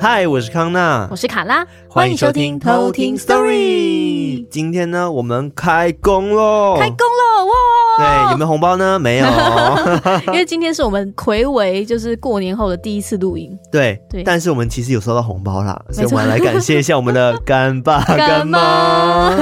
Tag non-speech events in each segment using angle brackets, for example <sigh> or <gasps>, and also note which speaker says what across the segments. Speaker 1: 嗨，我是康娜
Speaker 2: 我，是卡拉，
Speaker 1: 欢迎收听偷听 Story。今哦天呢，我们开工喽！
Speaker 2: 开工了哇！
Speaker 1: 对，有没有红包呢？ <laughs> 没有。
Speaker 2: 因为今天是我们魁违，就是过年后的第一次录音。
Speaker 1: 对，
Speaker 2: 对
Speaker 1: 但是我们其实有收到红包啦，所以
Speaker 2: 没
Speaker 1: 我
Speaker 2: 错
Speaker 1: 们来感谢一下我们的干 <laughs> 爸干妈。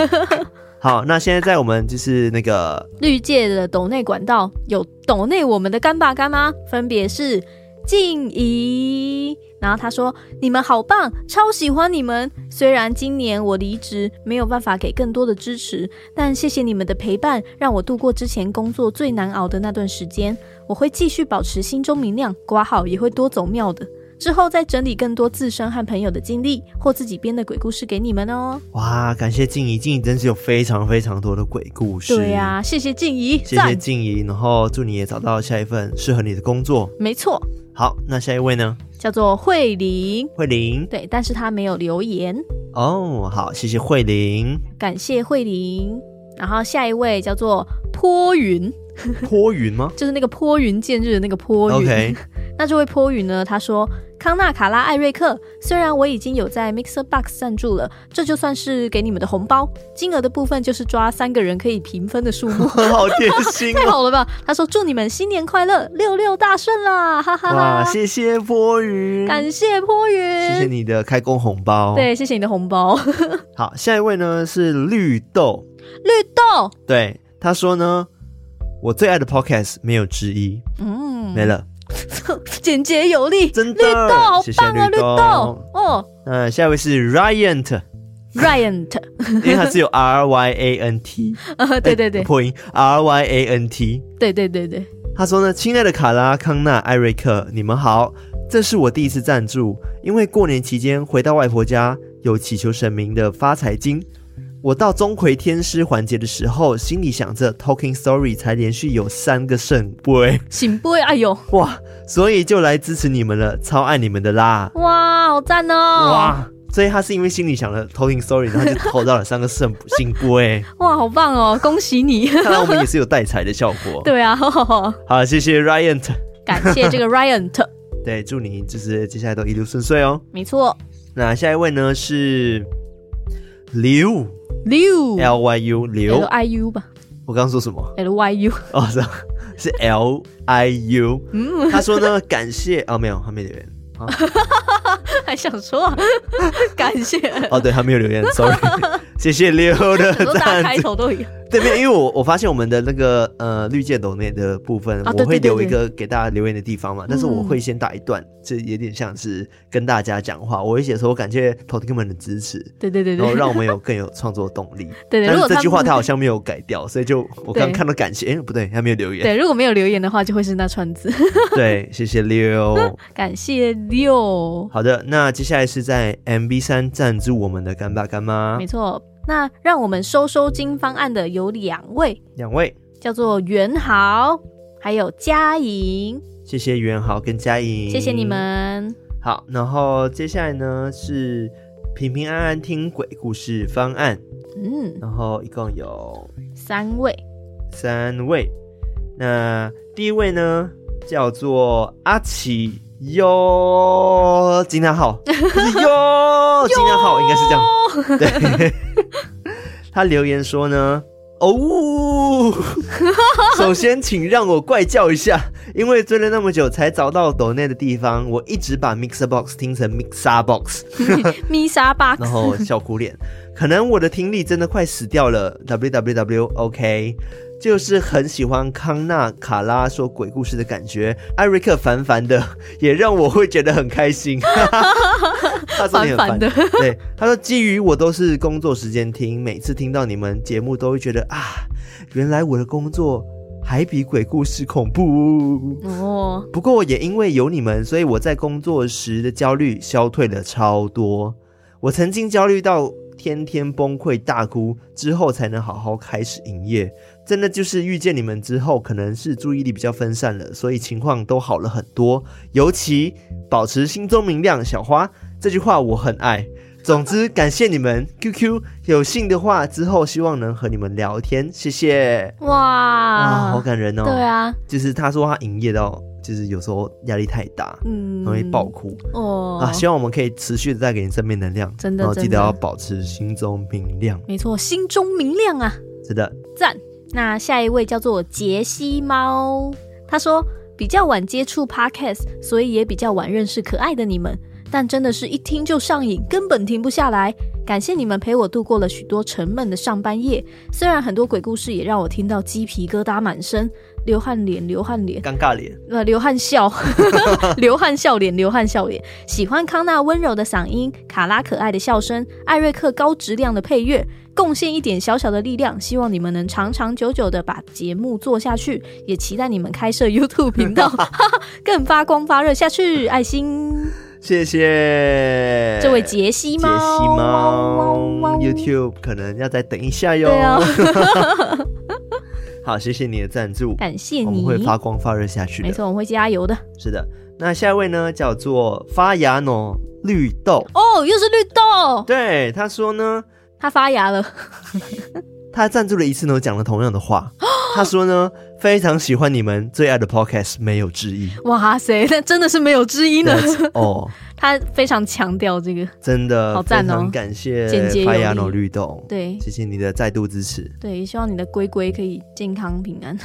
Speaker 1: 好，那现在在我们就是那个
Speaker 2: 绿界的抖内管道有抖内我们的干爸干妈，分别是静怡。然后他说：“你们好棒，超喜欢你们。虽然今年我离职，没有办法给更多的支持，但谢谢你们的陪伴，让我度过之前工作最难熬的那段时间。我会继续保持心中明亮，挂号也会多走庙的。之后再整理更多自身和朋友的经历，或自己编的鬼故事给你们哦。
Speaker 1: 哇，感谢静怡，静怡真是有非常非常多的鬼故事。
Speaker 2: 对呀、谢谢静怡，
Speaker 1: 谢
Speaker 2: 赞
Speaker 1: 谢，静怡，然后祝你也找到下一份适合你的工作。
Speaker 2: 没错，
Speaker 1: 好，那下一位呢？
Speaker 2: 叫做慧玲。”
Speaker 1: 慧玲
Speaker 2: 对，但是他没有留言，
Speaker 1: 哦，好，谢谢慧玲。
Speaker 2: 感谢慧玲。然后下一位叫做坡云，
Speaker 1: 托云吗
Speaker 2: 就是那个坡云见日的那个坡云。 <laughs>
Speaker 1: ？OK，，
Speaker 2: 那这位坡云呢？他说：“康纳、卡拉、艾瑞克，虽然我已经有在 Mixer Box 赞助了，这就算是给你们的红包，金额的部分就是抓三个人可以平分的数
Speaker 1: <laughs>
Speaker 2: 目
Speaker 1: 好贴心
Speaker 2: 太 <laughs>
Speaker 1: 哦。
Speaker 2: 好了吧？”他说：“祝你们新年快乐，六六大顺啦！”哈哈
Speaker 1: 哇，
Speaker 2: 哈，
Speaker 1: 谢谢波云，
Speaker 2: 感谢坡云，
Speaker 1: 谢谢你哦的开工红包。，
Speaker 2: 对，谢谢你的红包，
Speaker 1: 好，下一位呢是绿豆，
Speaker 2: 绿豆，
Speaker 1: 对他说呢，我最爱的 Podcast 没有之一，
Speaker 2: 嗯，
Speaker 1: 没了，
Speaker 2: 简洁有力，
Speaker 1: 真的
Speaker 2: 绿豆好
Speaker 1: 谢谢
Speaker 2: 棒啊，
Speaker 1: 绿
Speaker 2: 绿
Speaker 1: 豆
Speaker 2: 豆哦
Speaker 1: 那呃下一位是 Ryant，
Speaker 2: ，Ryan，t <laughs>
Speaker 1: 因为他是有 R Y A N T，
Speaker 2: 呃， <laughs> 对对对
Speaker 1: <laughs> 哎破音 R Y A N T。
Speaker 2: 对对对对，
Speaker 1: 他说呢，亲爱的卡拉、康纳、艾瑞克，你们好，这是我第一次赞助，因为过年期间回到外婆家，有祈求神明的发财金。我到钟馗天师环节的时候，心里想着 Talking Story 才连续有三个圣杯，
Speaker 2: 醒杯，哎呦，
Speaker 1: 哇，所以就来支持你们了，超爱你们的啦！
Speaker 2: 哇，好赞哦，哇
Speaker 1: 哇，所以他是因为心里想了 Talking Story，然后就投到了三个圣圣
Speaker 2: <laughs>
Speaker 1: 杯，
Speaker 2: 好棒哦，恭喜你， <laughs>
Speaker 1: 看来我们也是有带财的效果。
Speaker 2: 对啊， <laughs>
Speaker 1: 好，谢谢 Ryan，
Speaker 2: 感谢这个 Ryan，t <laughs>
Speaker 1: 对，祝你就是接下来都一路顺遂哦。
Speaker 2: 没错
Speaker 1: 那下一位呢是刘
Speaker 2: ，Liu
Speaker 1: L Y U 刘
Speaker 2: 嗯 L，I U 吧
Speaker 1: 我刚刚说什么？
Speaker 2: ，L Y U，
Speaker 1: 哦，是是 L I U。
Speaker 2: 嗯， <laughs>
Speaker 1: 他说呢， <laughs> 感谢哦，没有，他没留言。
Speaker 2: 还想说 <laughs> 啊感
Speaker 1: <laughs>
Speaker 2: 谢，
Speaker 1: 哦，对，他没有留
Speaker 2: <laughs>
Speaker 1: 言，sorry。谢谢刘的
Speaker 2: 很多大家
Speaker 1: 赞
Speaker 2: 开
Speaker 1: 助。
Speaker 2: 头 <laughs> 都一样，
Speaker 1: 对面，因为我我发现我们的那个呃绿界抖内的部分，我
Speaker 2: 啊对
Speaker 1: 会
Speaker 2: 对对
Speaker 1: 留一
Speaker 2: 对
Speaker 1: 个给大家留言的地方嘛，但是我
Speaker 2: 嗯
Speaker 1: 会先打一段，这有点像是跟大家讲话。我会写说，我感谢投听们的支持。
Speaker 2: 对对对
Speaker 1: 然后
Speaker 2: 对
Speaker 1: 哦让我们有更有创作动力。
Speaker 2: 对对
Speaker 1: 但
Speaker 2: 如
Speaker 1: 是
Speaker 2: 果
Speaker 1: 这
Speaker 2: 他
Speaker 1: 句话
Speaker 2: 们
Speaker 1: 他好像没有改掉，所以就我刚
Speaker 2: 对
Speaker 1: 看到感谢，哎，不对，他没有留言。
Speaker 2: 对，如果没有留言的话，就会是那串字， <laughs>
Speaker 1: <laughs> 对，谢谢六。
Speaker 2: 感谢 Liu。
Speaker 1: <laughs> 好的，那接下来是在 MB 三赞助我们的干爸干妈
Speaker 2: 没错。那让我们收收金方案的有两位，
Speaker 1: 两位，
Speaker 2: 叫做袁豪，还有嘉莹，
Speaker 1: 谢谢元豪跟佳颖，
Speaker 2: 谢谢你。们。
Speaker 1: 好，然后接下来呢是平平安安听鬼故事方案，
Speaker 2: 嗯，
Speaker 1: 然后一共有
Speaker 2: 三
Speaker 1: <laughs>
Speaker 2: 位，
Speaker 1: 三位。那第一位呢，叫做阿奇哟惊叹号，不是哟惊叹号，应该是这样。对，他留言说呢，哦呜。首先，请让我怪叫一下，因为追了那么久才找到抖内的地方，我一直把 Mixer Box 听成 Mixer Box，
Speaker 2: 咪莎 <laughs> 巴克
Speaker 1: 然后笑哭脸。可能我的听力真的快死掉了。W W W OK，就是很喜欢康纳卡拉说鬼故事的感觉，艾瑞克烦烦的 <laughs> 也让我会觉得很开心。 <laughs> 他说你
Speaker 2: 烦
Speaker 1: 很烦，
Speaker 2: 烦的，
Speaker 1: 对，他说基于我都是工作时间听，每次听到你们节目都会觉得啊，原来我的工作还比鬼故事恐怖。
Speaker 2: 哦，
Speaker 1: 不过也因为有你们，所以我在工作时的焦虑消退了超多。我曾经焦虑到天天崩溃大哭，之后才能好好开始营业。真的就是遇见你们之后，可能是注意力比较分散了，所以情况都好了很多。尤其保持心中明亮，小花这句话我很爱。总之，感谢你们，QQ。有幸的话，之后希望能和你们聊天，谢谢。哇，
Speaker 2: 哇，
Speaker 1: 好感人哦！
Speaker 2: 对啊，
Speaker 1: 就是他说他营业到就是有时候压力太大，
Speaker 2: 嗯，
Speaker 1: 容易爆哭、
Speaker 2: 哦
Speaker 1: 啊。希望我们可以持续的带给你正面能量，
Speaker 2: 真的
Speaker 1: 然后记
Speaker 2: 真
Speaker 1: 得
Speaker 2: 的
Speaker 1: 要保持心中明亮。
Speaker 2: 没错，心中明亮啊，
Speaker 1: 是的，
Speaker 2: 赞。那下一位叫做杰西猫，他说比较晚接触 podcast，所以也比较晚认识可爱的你们，但真的是一听就上瘾，根本停不下来。感谢你们陪我度过了许多沉闷的上半夜，虽然很多鬼故事也让我听到鸡皮疙瘩满身，流汗脸，流汗脸。
Speaker 1: 尴尬脸，
Speaker 2: 呃，流汗笑， <laughs> 流汗笑脸，流汗笑脸。喜欢康纳温柔的嗓音，卡拉可爱的笑声，艾瑞克高质量的配乐，贡献一点小小的力量。希望你们能长长久久的把节目做下去，也期待你们开设
Speaker 1: <laughs>
Speaker 2: YouTube 频道，哈哈，更发光发热下去。
Speaker 1: <laughs>
Speaker 2: 爱心，
Speaker 1: 谢谢
Speaker 2: 这位杰
Speaker 1: 哎
Speaker 2: 西
Speaker 1: 杰西
Speaker 2: 猫，
Speaker 1: 猫
Speaker 2: 汪
Speaker 1: ，YouTube 可能要再等一下哟。
Speaker 2: 对啊，
Speaker 1: 好，谢谢你的赞助，
Speaker 2: <laughs> 感谢
Speaker 1: 我们
Speaker 2: 你，
Speaker 1: 会发光发热下去
Speaker 2: 没
Speaker 1: 的。
Speaker 2: 错，我们会加油的。
Speaker 1: 是的，那下一位呢，叫做发芽诺绿豆。
Speaker 2: 哦，又是绿豆，
Speaker 1: 对，他说呢，
Speaker 2: 它发芽了，
Speaker 1: 他赞助了一次呢，讲了同样的
Speaker 2: <gasps>
Speaker 1: 话。他说呢，非常喜欢你们最爱的 Podcast，没有之一。
Speaker 2: 哇塞，那真的是没有之一呢。
Speaker 1: That's all，
Speaker 2: 他非常强调这个，
Speaker 1: 真的，
Speaker 2: <laughs> 好赞
Speaker 1: 非
Speaker 2: 哦
Speaker 1: 常感谢
Speaker 2: 简洁有力
Speaker 1: 发芽诺绿豆，
Speaker 2: 对
Speaker 1: 谢谢你的再度支持。
Speaker 2: 对，也希望你的龟龟可以健康平安。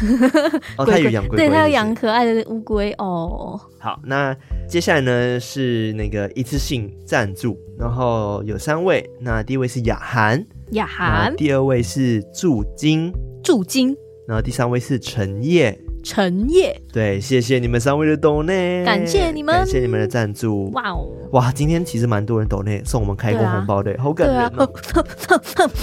Speaker 1: 哦，
Speaker 2: 龟
Speaker 1: 他有
Speaker 2: 龟
Speaker 1: 养龟龟，
Speaker 2: 对，他
Speaker 1: 是
Speaker 2: 有
Speaker 1: 不是
Speaker 2: 养可爱的乌龟哦。
Speaker 1: 好，那接下来呢是那个一次性赞助，然后有三位，那第一位是雅涵，
Speaker 2: 雅
Speaker 1: 然
Speaker 2: 涵
Speaker 1: 后、第二位是祝金，
Speaker 2: 驻金、
Speaker 1: 然后第三位是陈烨。
Speaker 2: 陈烨，
Speaker 1: 对，谢谢你们三位的抖内，
Speaker 2: 感谢你们
Speaker 1: 感谢你们的赞助。
Speaker 2: 哇哦，
Speaker 1: 哇，今天其实蛮多人抖内送我们开工
Speaker 2: 对啊
Speaker 1: 红包的，好感
Speaker 2: 对
Speaker 1: 人
Speaker 2: 啊， <laughs>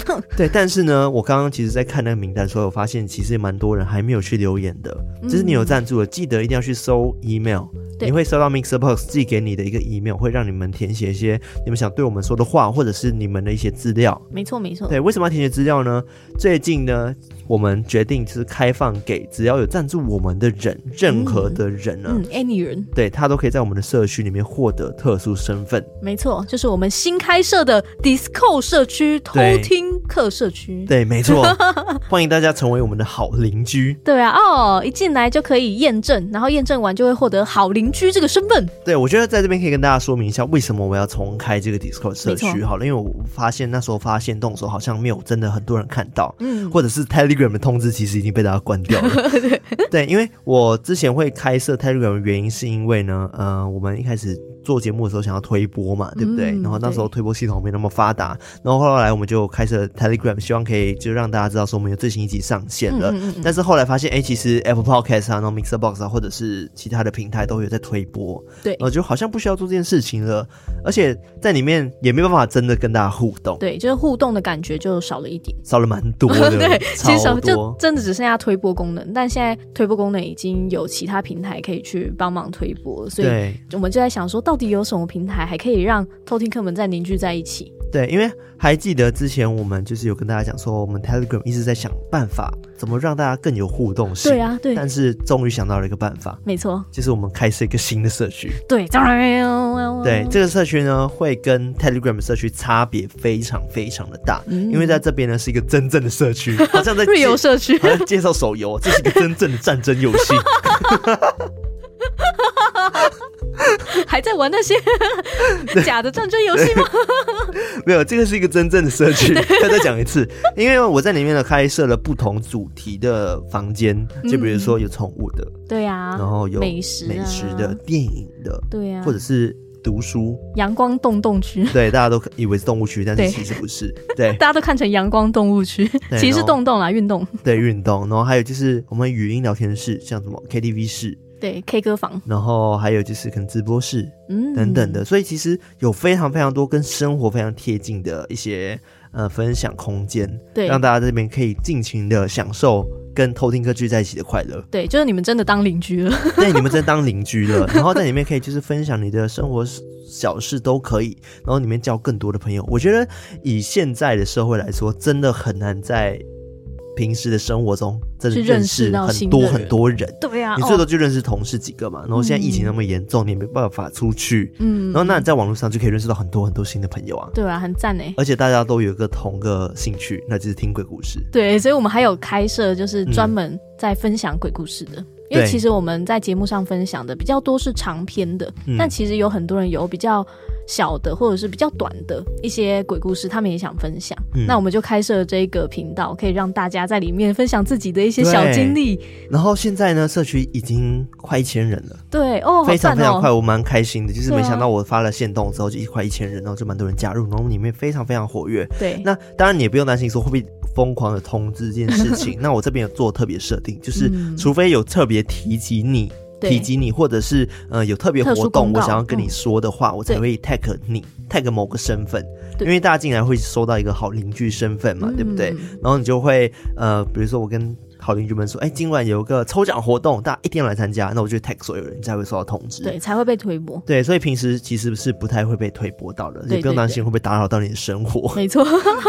Speaker 1: 哦。对，但是呢，我刚刚其实，在看那个名单的时候，我发现其实蛮多人还没有去留言的。就是你有赞助的，记得一定要去收 email，
Speaker 2: 嗯对
Speaker 1: 你会收到 Mixer Box 寄给你的一个 email，会让你们填写一些你们想对我们说的话，或者是你们的一些资料。
Speaker 2: 没错没错，
Speaker 1: 对，为什么要填写资料呢？最近呢，我们决定就是开放给只要有赞助我们的人，任何的人呢，
Speaker 2: 嗯，any 人，
Speaker 1: 对他都可以在我们的社区里面获得特殊身份。
Speaker 2: 没错，就是我们新开设的 Disco 社区偷
Speaker 1: 对
Speaker 2: 听课社区。
Speaker 1: 对，没错，欢迎大家成为我们的好邻居。
Speaker 2: 对啊，哦，一进来就可以验证，然后验证完就会获得好邻居这个身份。
Speaker 1: 对，我觉得在这边可以跟大家说明一下，为什么我要重开这个 Discord 社
Speaker 2: 没
Speaker 1: 区
Speaker 2: 错
Speaker 1: 好了，因为我发现那时候发现动的时候，好像没有真的很多人看到，
Speaker 2: 嗯，
Speaker 1: 或者是 Telegram 的通知其实已经被大家关掉
Speaker 2: <laughs>
Speaker 1: 了。对，因为我之前会开设 Telegram 的原因是因为呢，呃，我们一开始做节目的时候想要推播嘛，对不对？
Speaker 2: 嗯
Speaker 1: 然后那时候
Speaker 2: 对
Speaker 1: 推播系统没那么发达，然后后来我们就开设 Telegram，希望可以就让大家知道说我们有最新一集上线了。
Speaker 2: 嗯嗯嗯嗯
Speaker 1: 但是后来发现，哎、其实 Apple Podcast 啊，然后 Mixer Box 啊，或者是其他的平台都有在推播，
Speaker 2: 对
Speaker 1: 呃然后就好像不需要做这件事情了，而且在里面也没办法真的跟大家互动，
Speaker 2: 对，就是互动的感觉就少了一点。
Speaker 1: 少了蛮多的，
Speaker 2: <laughs> 对，其
Speaker 1: 超
Speaker 2: 实少就
Speaker 1: 多。
Speaker 2: 真的只剩下推播功能，但现在推播功能已经有其他平台可以去帮忙推播了，所以
Speaker 1: 对
Speaker 2: 我们就在想说，到底有什么平台还可以让偷听客们再凝聚在一起？
Speaker 1: 对，因为还记得之前我们就是有跟大家讲说，我们 Telegram 一直在想办法怎么让大家更有互动性。
Speaker 2: 对啊，对，
Speaker 1: 但是终于想到了一个办法，
Speaker 2: 没错，
Speaker 1: 就是我们开设一个新的社区。
Speaker 2: 对，当然，
Speaker 1: 对，这个社区呢，会跟 Telegram 社区差别非常非常的大，
Speaker 2: 嗯
Speaker 1: 因为在这边呢是一个真正的社
Speaker 2: <laughs>
Speaker 1: 区，好像在
Speaker 2: 瑞游
Speaker 1: 介
Speaker 2: 社区
Speaker 1: 好像介绍手游，这是一个真正的战争游戏。
Speaker 2: 还在玩那些 <laughs> 假的战争游戏吗？
Speaker 1: 没有，这个是一个真正的社区。 <laughs> 再再讲一次，因为我在里面呢开设了不同主题的房间，就比如说有宠物的，
Speaker 2: 对呀，
Speaker 1: 然后有
Speaker 2: 美食啊
Speaker 1: 美食的、电影的，
Speaker 2: 对呀，
Speaker 1: 或者是读书。
Speaker 2: 阳光洞洞区，
Speaker 1: 对，大家都以为是动物区，但是
Speaker 2: 对
Speaker 1: 其实不是。
Speaker 2: <laughs>
Speaker 1: 对
Speaker 2: 大家都看成阳光动物区，
Speaker 1: 对
Speaker 2: 其实
Speaker 1: 然
Speaker 2: 是
Speaker 1: 后
Speaker 2: 洞洞啦，运动，
Speaker 1: 对，运动，然后还有就是我们语音聊天室，像什么 KTV 室，
Speaker 2: 对，K 歌房，
Speaker 1: 然后还有就是可能直播室
Speaker 2: 嗯，
Speaker 1: 等等的，所以其实有非常非常多跟生活非常贴近的一些呃分享空间，
Speaker 2: 对。
Speaker 1: 让大家这边可以尽情的享受跟偷听歌聚在一起的快乐
Speaker 2: <laughs> 对，就是你们真的当邻居
Speaker 1: <laughs>
Speaker 2: 了，
Speaker 1: 对，你们真的当邻居了，然后在里面可以就是分享你的生活小事都可以，然后里面交更多的朋友。我觉得以现在的社会来说，真的很难在平时的生活中真的
Speaker 2: 去认
Speaker 1: 认
Speaker 2: 识
Speaker 1: 识
Speaker 2: 到
Speaker 1: 很
Speaker 2: 新
Speaker 1: 多
Speaker 2: 的
Speaker 1: 很
Speaker 2: 人
Speaker 1: 多人。
Speaker 2: 对呀，
Speaker 1: 你最
Speaker 2: 哦
Speaker 1: 多就认识同事几个嘛，然后现在疫情那么严重，你也没办法出去，
Speaker 2: 嗯
Speaker 1: 然后那你在网络上就可以认识到很多很多新的朋友啊，
Speaker 2: 对啊，很赞哎。
Speaker 1: 而且大家都有一个同个兴趣，那就是听鬼故事。
Speaker 2: 对，所以我们还有开设，就是专门在分享鬼故事的。因为
Speaker 1: 嗯对
Speaker 2: 其实我们在节目上分享的比较多是长篇的，
Speaker 1: 嗯
Speaker 2: 但其实有很多人有比较小的或者是比较短的一些鬼故事，他们也想分享。
Speaker 1: 嗯
Speaker 2: 那我们就开设这个频道，可以让大家在里面分享自己的一些小
Speaker 1: 对
Speaker 2: 经历。
Speaker 1: 然后现在呢，社区已经快一千人了，
Speaker 2: 对哦，好
Speaker 1: 非常
Speaker 2: 赞
Speaker 1: 非常快，
Speaker 2: 哦！
Speaker 1: 我蛮开心的。就是
Speaker 2: 对啊
Speaker 1: 没想到我发了限动之后，就一快一千人，然后就蛮多人加入，然后里面非常非常活跃。
Speaker 2: 对， <laughs>
Speaker 1: 那当然你也不用担心说会不会疯狂的通知这件事
Speaker 2: <laughs>
Speaker 1: 情。那我这边有做特别设定，就是
Speaker 2: 嗯
Speaker 1: 除非有特别提及你。
Speaker 2: 对
Speaker 1: 提及你，或者是呃有特别
Speaker 2: 特殊
Speaker 1: 活
Speaker 2: 公
Speaker 1: 动，
Speaker 2: 告
Speaker 1: 我想要跟你
Speaker 2: 嗯
Speaker 1: 说的话，我才
Speaker 2: 对
Speaker 1: 会 tag 你，tag 某个身份，
Speaker 2: 对嗯
Speaker 1: 因为大家进来会收到一个好邻居身份嘛，对不对？然后你就会呃，比如说我跟好邻居们说，哎，今晚有个抽奖活动，大家一定要来参加，那我就 tag 所有人，才会收到通知。
Speaker 2: 对，才会被推播。
Speaker 1: 对，所以平时其实是不太会被推播到的，
Speaker 2: 对
Speaker 1: 也不用担心会不会打扰到你的生活。 <laughs>
Speaker 2: 没错，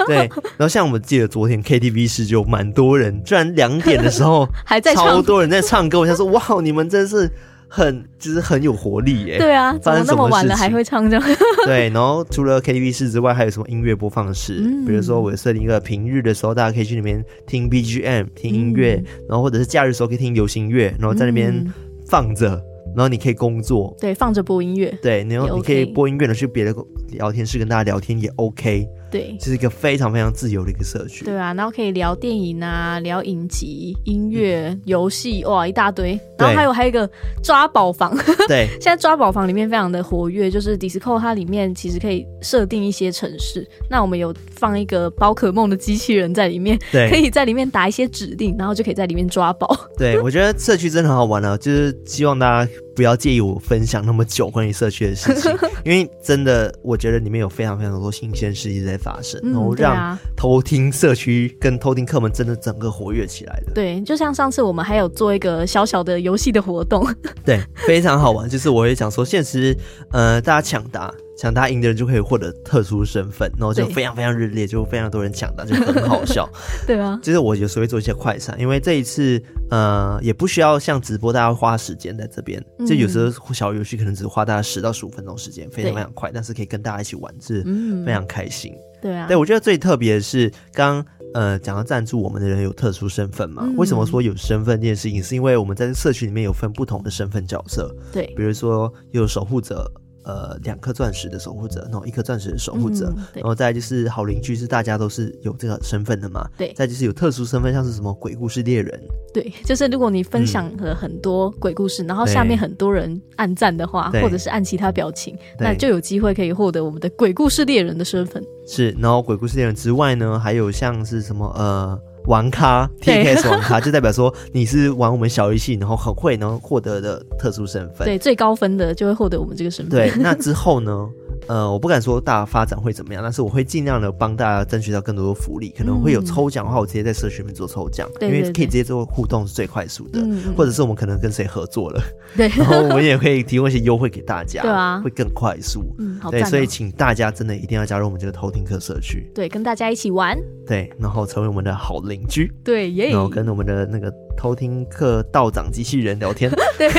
Speaker 1: 对，然后像我们记得昨天 KTV 是就蛮多人，居然两点的时候
Speaker 2: <laughs> 还在
Speaker 1: 超
Speaker 2: 唱。
Speaker 1: 多人在唱歌，我想说哇，你们真是很就是很有活力耶。
Speaker 2: 对啊，
Speaker 1: 发
Speaker 2: 怎么
Speaker 1: 生
Speaker 2: 那
Speaker 1: 什
Speaker 2: 么
Speaker 1: 么
Speaker 2: 晚了
Speaker 1: 事
Speaker 2: 还
Speaker 1: 情
Speaker 2: 会唱这样？ <laughs>
Speaker 1: 对，然后除了 KTV 室之外，还有什么音乐播放室？
Speaker 2: 嗯
Speaker 1: 比如说，我有设定一个平日的时候，大家可以去里面听 BGM、听音乐，然后或者是假日的时候可以听流行乐，然后在那边
Speaker 2: 嗯
Speaker 1: 放着，然后你可以工作。
Speaker 2: 对放着播音乐，
Speaker 1: 对，然
Speaker 2: 也
Speaker 1: 后你可以
Speaker 2: OK
Speaker 1: 播音乐的去别的聊天室跟大家聊天也 OK，
Speaker 2: 对
Speaker 1: 这是一个非常非常自由的一个社区。
Speaker 2: 对啊，然后可以聊电影啊，聊影集、
Speaker 1: 嗯
Speaker 2: 音乐、游戏，哇，一大堆。然后还有还有一个抓宝房，
Speaker 1: 对
Speaker 2: <laughs> 现在抓宝房里面非常的活跃，就是 Disco 它里面其实可以设定一些城市。那我们有放一个宝可梦的机器人在里面，
Speaker 1: 对
Speaker 2: 可以在里面打一些指令，然后就可以在里面抓宝。
Speaker 1: 对，我觉得社区真的很好玩啊，就是希望大家不要介意我分享那么久关于社区的事
Speaker 2: <laughs>
Speaker 1: 情，因为真的我觉得里面有非常非常多新鲜事情在发生，然后
Speaker 2: 嗯，对
Speaker 1: 让
Speaker 2: 啊，
Speaker 1: 偷听社区跟偷听客们真的整个活跃起来了，
Speaker 2: 对，就像上次我们还有做一个小小的游戏的活动， <laughs>
Speaker 1: 对，非常好玩。就是我会想说，现实呃，大家抢答，抢答赢的人就可以获得特殊身份，然后就
Speaker 2: 对
Speaker 1: 非常非常热烈，就非常多人抢答，就很好
Speaker 2: <laughs>
Speaker 1: 笑。
Speaker 2: 对啊，
Speaker 1: 就是我有时候会做一些快闪，因为这一次呃也不需要像直播大家花时间在这边，
Speaker 2: 嗯
Speaker 1: 就有时候小游戏可能只花大概十到十五分钟时间，非常
Speaker 2: 对
Speaker 1: 非常快，但是可以跟大家一起玩，是
Speaker 2: 嗯
Speaker 1: 非，常开心。
Speaker 2: 对啊
Speaker 1: 对，，我觉得最特别的是刚呃讲到赞助我们的人有特殊身份嘛？
Speaker 2: 嗯
Speaker 1: 为什么说有身份这件事情？是因为我们在社区里面有分不同的身份角色，
Speaker 2: 对，
Speaker 1: 比如说有守护者，呃，两颗钻石的守护者，然后一颗钻石的守护者。
Speaker 2: 嗯对
Speaker 1: 然后再来就是好邻居，是大家都是有这个身份的嘛？
Speaker 2: 对
Speaker 1: 再就是有特殊身份，像是什么鬼故事猎人，
Speaker 2: 对，就是如果你分享了很多鬼故事，然后下
Speaker 1: 嗯对
Speaker 2: 面很多人按赞的话，
Speaker 1: 对
Speaker 2: 或者是按其他表情，
Speaker 1: 对
Speaker 2: 那就有机会可以获得我们的鬼故事猎人的身份。
Speaker 1: 是。然后鬼故事猎人之外呢，还有像是什么呃玩咖
Speaker 2: 对
Speaker 1: TKS 玩咖，就代表说你是玩我们小游戏，然后很会，然后获得的特殊身份。
Speaker 2: 对，最高分的就会获得我们这个身份。 <laughs>
Speaker 1: 对，那之后呢？呃，我不敢说大家发展会怎么样，但是我会尽量的帮大家争取到更多的福利。可能会有
Speaker 2: 嗯
Speaker 1: 抽奖的话，我直接在社群里面做抽奖，
Speaker 2: 对
Speaker 1: 因为
Speaker 2: 对
Speaker 1: 可以
Speaker 2: 对
Speaker 1: 直接做互动是最快速的。哦
Speaker 2: 嗯，嗯
Speaker 1: 或者是我们可能跟谁合作
Speaker 2: <laughs>
Speaker 1: 了， <laughs>
Speaker 2: 对，
Speaker 1: 然后我们也可以提供一些优惠给大家，
Speaker 2: 对啊
Speaker 1: 会更快速。
Speaker 2: 嗯，好赞、
Speaker 1: 对，
Speaker 2: 哦。
Speaker 1: 所以请大家真的一定要加入我们这个偷听客社区，
Speaker 2: 对，跟大家一起玩。
Speaker 1: 对，然后成为我们的好邻居，
Speaker 2: 对，耶
Speaker 1: 然！后跟我们的那个偷听客道长机器人聊
Speaker 2: <laughs>
Speaker 1: 天，
Speaker 2: 对，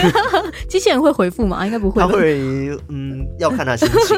Speaker 2: 机器人会回复吗？应该不会
Speaker 1: 他
Speaker 2: 吧，
Speaker 1: 会嗯要看他心情，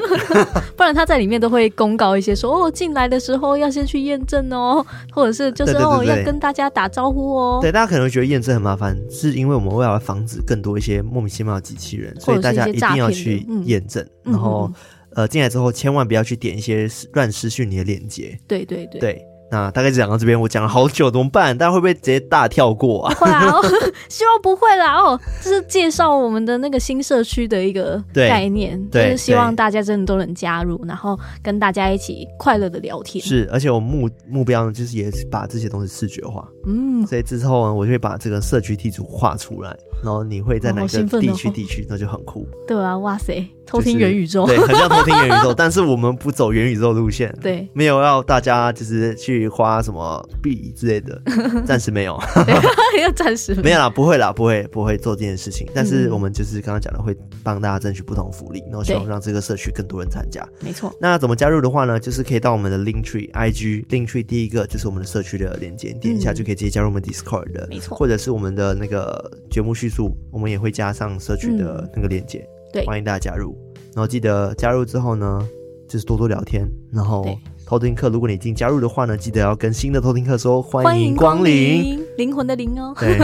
Speaker 2: 不然他在里面都会公告一些说哦，进来的时候要先去验证哦，或者是就是
Speaker 1: 对对对
Speaker 2: 哦
Speaker 1: 对
Speaker 2: 要跟大家打招呼哦，
Speaker 1: 对，大家可能会觉得验证很麻烦，是因为我们为了防止更多一些莫名其妙的机器人，所以大家一定要去验证。
Speaker 2: 嗯
Speaker 1: 然后，呃，进来之后千万不要去点一些乱失去你的链接。
Speaker 2: 对对对。
Speaker 1: 对，那大概讲到这边，我讲了好久，怎么办？大家会不会直接大跳过
Speaker 2: <laughs>
Speaker 1: 啊？
Speaker 2: 会啊，哦希望不会啦哦。这是介绍我们的那个新社区的一个
Speaker 1: 对
Speaker 2: 概念，就
Speaker 1: 对
Speaker 2: 是希
Speaker 1: 对
Speaker 2: 望大家真的都能加入，然后跟大家一起快乐的聊天。
Speaker 1: 是，而且我目目标呢，就是也是把这些东西视觉化，
Speaker 2: 嗯，
Speaker 1: 所以之后呢，我就会把这个社区地图画出来，然后你会在哪
Speaker 2: 好兴
Speaker 1: 个
Speaker 2: 奋哦
Speaker 1: 地区地区，那就很酷。
Speaker 2: 对啊，哇塞，偷
Speaker 1: 就
Speaker 2: 听
Speaker 1: 是
Speaker 2: 元宇宙，
Speaker 1: 对，很像偷听元宇
Speaker 2: <laughs>
Speaker 1: 宙，但是我们不走元宇宙路线，
Speaker 2: 对，
Speaker 1: 没有要大家就是去花什么币之类
Speaker 2: <laughs>
Speaker 1: 的，暂时没有， <laughs>
Speaker 2: 要暂时
Speaker 1: 没有啦，不会啦，不会不会做这件事情，但是
Speaker 2: 嗯
Speaker 1: 我们就是刚刚讲的会帮大家争取不同福利，然后希望
Speaker 2: 对
Speaker 1: 让这个社区更多人参加。
Speaker 2: 没错，
Speaker 1: 那怎么加入的话呢？就是可以到我们的 Linktree IG Linktree 第一个就是我们的社区的连接，点一下
Speaker 2: 嗯
Speaker 1: 就可以直接加入我们 Discord 的，
Speaker 2: 没错
Speaker 1: 或者是我们的那个节目叙述，我们也会加上社区的那个连接，
Speaker 2: 嗯对
Speaker 1: 欢迎大家加入。然后记得加入之后呢，就是多多聊天，然后
Speaker 2: 对
Speaker 1: 偷听课，如果你已经加入的话呢，记得要跟新的偷听课说欢
Speaker 2: 欢
Speaker 1: 迎
Speaker 2: 迎
Speaker 1: 光临。
Speaker 2: 临，灵魂的灵哦。
Speaker 1: 对，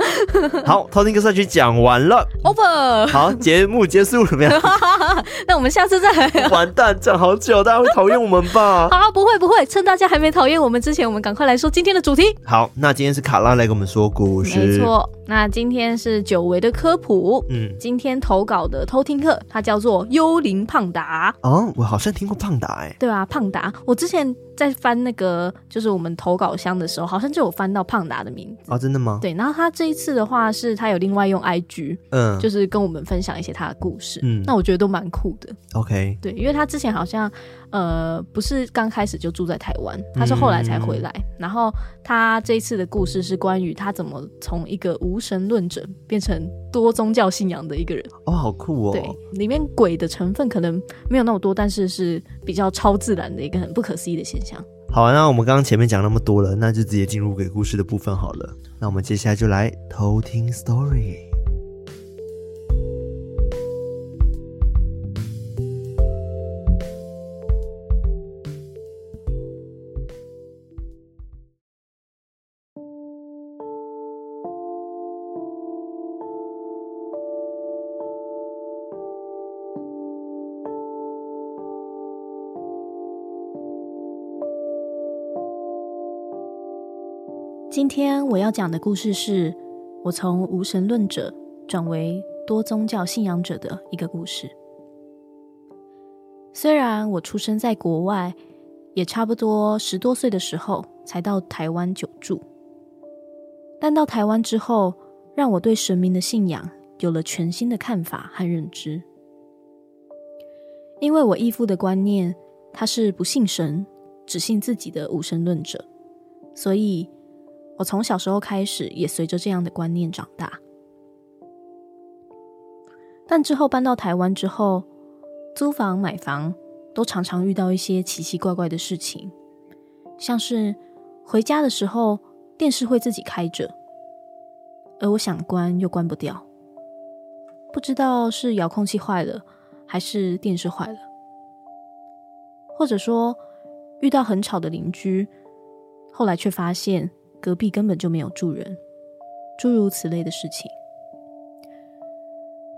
Speaker 1: <laughs> 好，偷听课社区讲完了，
Speaker 2: Over，
Speaker 1: 好，节目结束了没有？
Speaker 2: <laughs> 那我们下次再
Speaker 1: <laughs>
Speaker 2: 来。
Speaker 1: 完蛋，讲好久，大家会讨厌我们
Speaker 2: <laughs>
Speaker 1: 吧？
Speaker 2: 好，不会不会，趁大家还没讨厌我们之前，我们赶快来说今天的主题。
Speaker 1: 好，那今天是卡拉来给我们说故事，
Speaker 2: 没，错，那今天是久违的科普。
Speaker 1: 嗯，
Speaker 2: 今天投稿的偷听课，它叫做《幽灵胖达》。
Speaker 1: 哦，我好像听过胖达、哎，
Speaker 2: 对啊，胖达，我之前在翻那个就是我们投稿箱的时候，好像就有翻到胖达的名字。
Speaker 1: 哦，真的吗？
Speaker 2: 对，然后他这一次的话是，他有另外用 IG，
Speaker 1: 嗯，
Speaker 2: 就是是跟我们分享一些他的故事。
Speaker 1: 嗯
Speaker 2: 那我觉得都蛮酷的。
Speaker 1: OK，
Speaker 2: 对，因为他之前好像呃不是刚开始就住在台湾，他是后来才回来。
Speaker 1: 嗯
Speaker 2: 然后他这一次的故事是关于他怎么从一个无神论者变成多宗教信仰的一个人。
Speaker 1: 哦，好酷哦，
Speaker 2: 对，里面鬼的成分可能没有那么多，但是是比较超自然的一个很不可思议的现象。
Speaker 1: 好、啊，那我们刚刚前面讲那么多了，那就直接进入鬼故事的部分好了。那我们接下来就来偷听 story。
Speaker 2: 今天我要讲的故事是我从无神论者转为多宗教信仰者的一个故事。虽然我出生在国外，也差不多十多岁的时候才到台湾久住，但到台湾之后，让我对神明的信仰有了全新的看法和认知。因为我义父的观念，他是不信神，只信自己的无神论者，所以我从小时候开始也随着这样的观念长大。但之后搬到台湾之后，租房、买房都常常遇到一些奇奇怪怪的事情，像是回家的时候电视会自己开着，而我想关又关不掉，不知道是遥控器坏了还是电视坏了，或者说遇到很吵的邻居，后来却发现隔壁根本就没有住人，诸如此类的事情。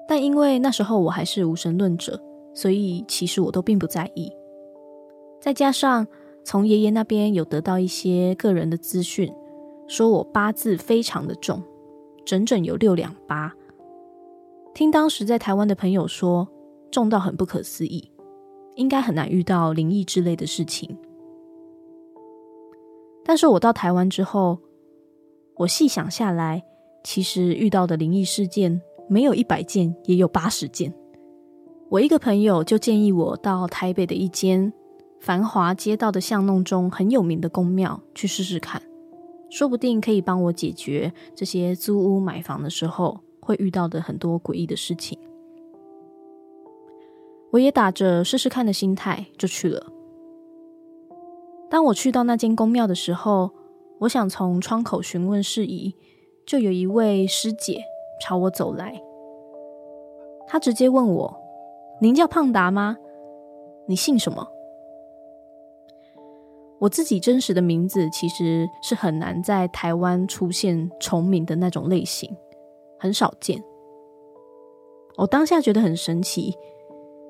Speaker 2: 但因为那时候我还是无神论者，所以其实我都并不在意。再加上从爷爷那边有得到一些个人的资讯，说我八字非常的重，整整有六两八。听当时在台湾的朋友说，重到很不可思议，应该很难遇到灵异之类的事情。但是我到台湾之后，我细想下来，其实遇到的灵异事件没有一百件，也有八十件。我一个朋友就建议我到台北的一间繁华街道的巷弄中很有名的宫庙去试试看，说不定可以帮我解决这些租屋买房的时候会遇到的很多诡异的事情。我也打着试试看的心态就去了。当我去到那间宫庙的时候，我想从窗口询问事宜，就有一位师姐朝我走来。她直接问我：“您叫胖达吗？你姓什么？”我自己真实的名字其实是很难在台湾出现重名的那种类型，很少见。我当下觉得很神奇，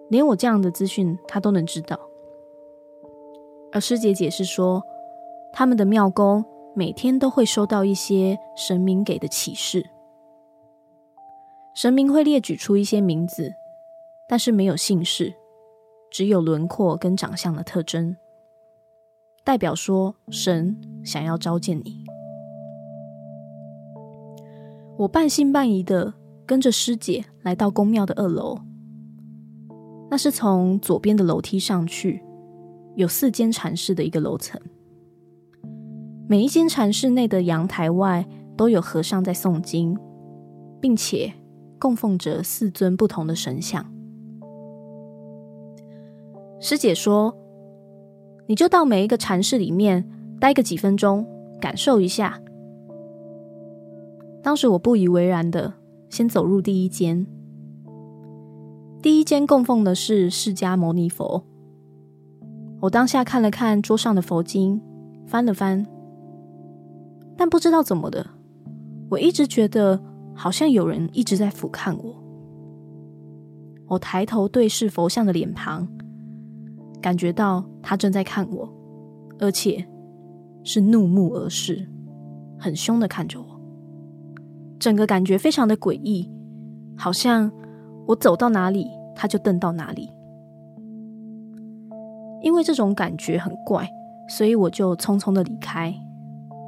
Speaker 2: 连我这样的资讯她都能知道。而师姐解释说，他们的庙公每天都会收到一些神明给的启示，神明会列举出一些名字，但是没有姓氏，只有轮廓跟长相的特征，代表说神想要召见你。我半信半疑的跟着师姐来到宫庙的二楼，那是从左边的楼梯上去，有四间禅室的一个楼层。每一间禅室内的阳台外都有和尚在诵经，并且供奉着四尊不同的神像。师姐说：“你就到每一个禅室里面待个几分钟，感受一下。”当时我不以为然的，先走入第一间。第一间供奉的是释迦牟尼佛，我我当下看了看桌上的佛经，翻了翻，但不知道怎么的，我一直觉得好像有人一直在俯瞰我。我抬头对视佛像的脸庞，感觉到他正在看我，而且是怒目而视，很凶的看着我。整个感觉非常的诡异，好像我走到哪里，他就瞪到哪里。因为这种感觉很怪，所以我就匆匆的离开，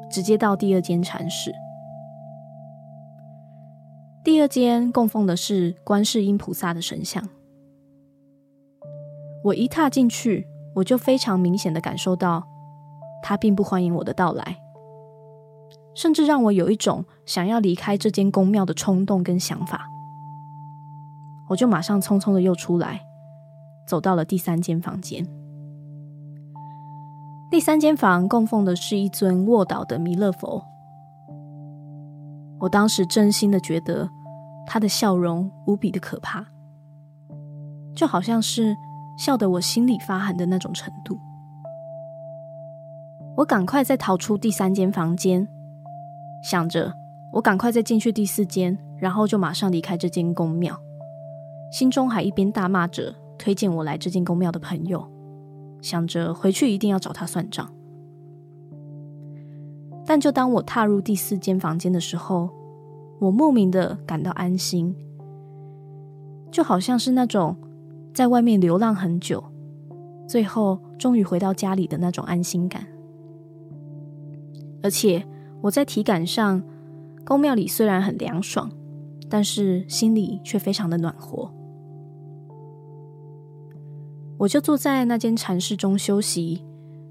Speaker 2: 直接到第二间禅室。第二间供奉的是观世音菩萨的神像。我一踏进去，我就非常明显的感受到，他并不欢迎我的到来，甚至让我有一种想要离开这间宫庙的冲动跟想法。我就马上匆匆的又出来，走到了第三间房间。第三间房供奉的是一尊卧倒的弥勒佛。我当时真心的觉得，他的笑容无比的可怕，就好像是笑得我心里发寒的那种程度。我赶快再逃出第三间房间，想着我赶快再进去第四间，然后就马上离开这间宫庙，心中还一边大骂着推荐我来这间宫庙的朋友。想着回去一定要找他算账。但就当我踏入第四间房间的时候，我莫名的感到安心，就好像是那种在外面流浪很久，最后终于回到家里的那种安心感。而且我在体感上，宫庙里虽然很凉爽，但是心里却非常的暖和。我就坐在那间禅室中休息，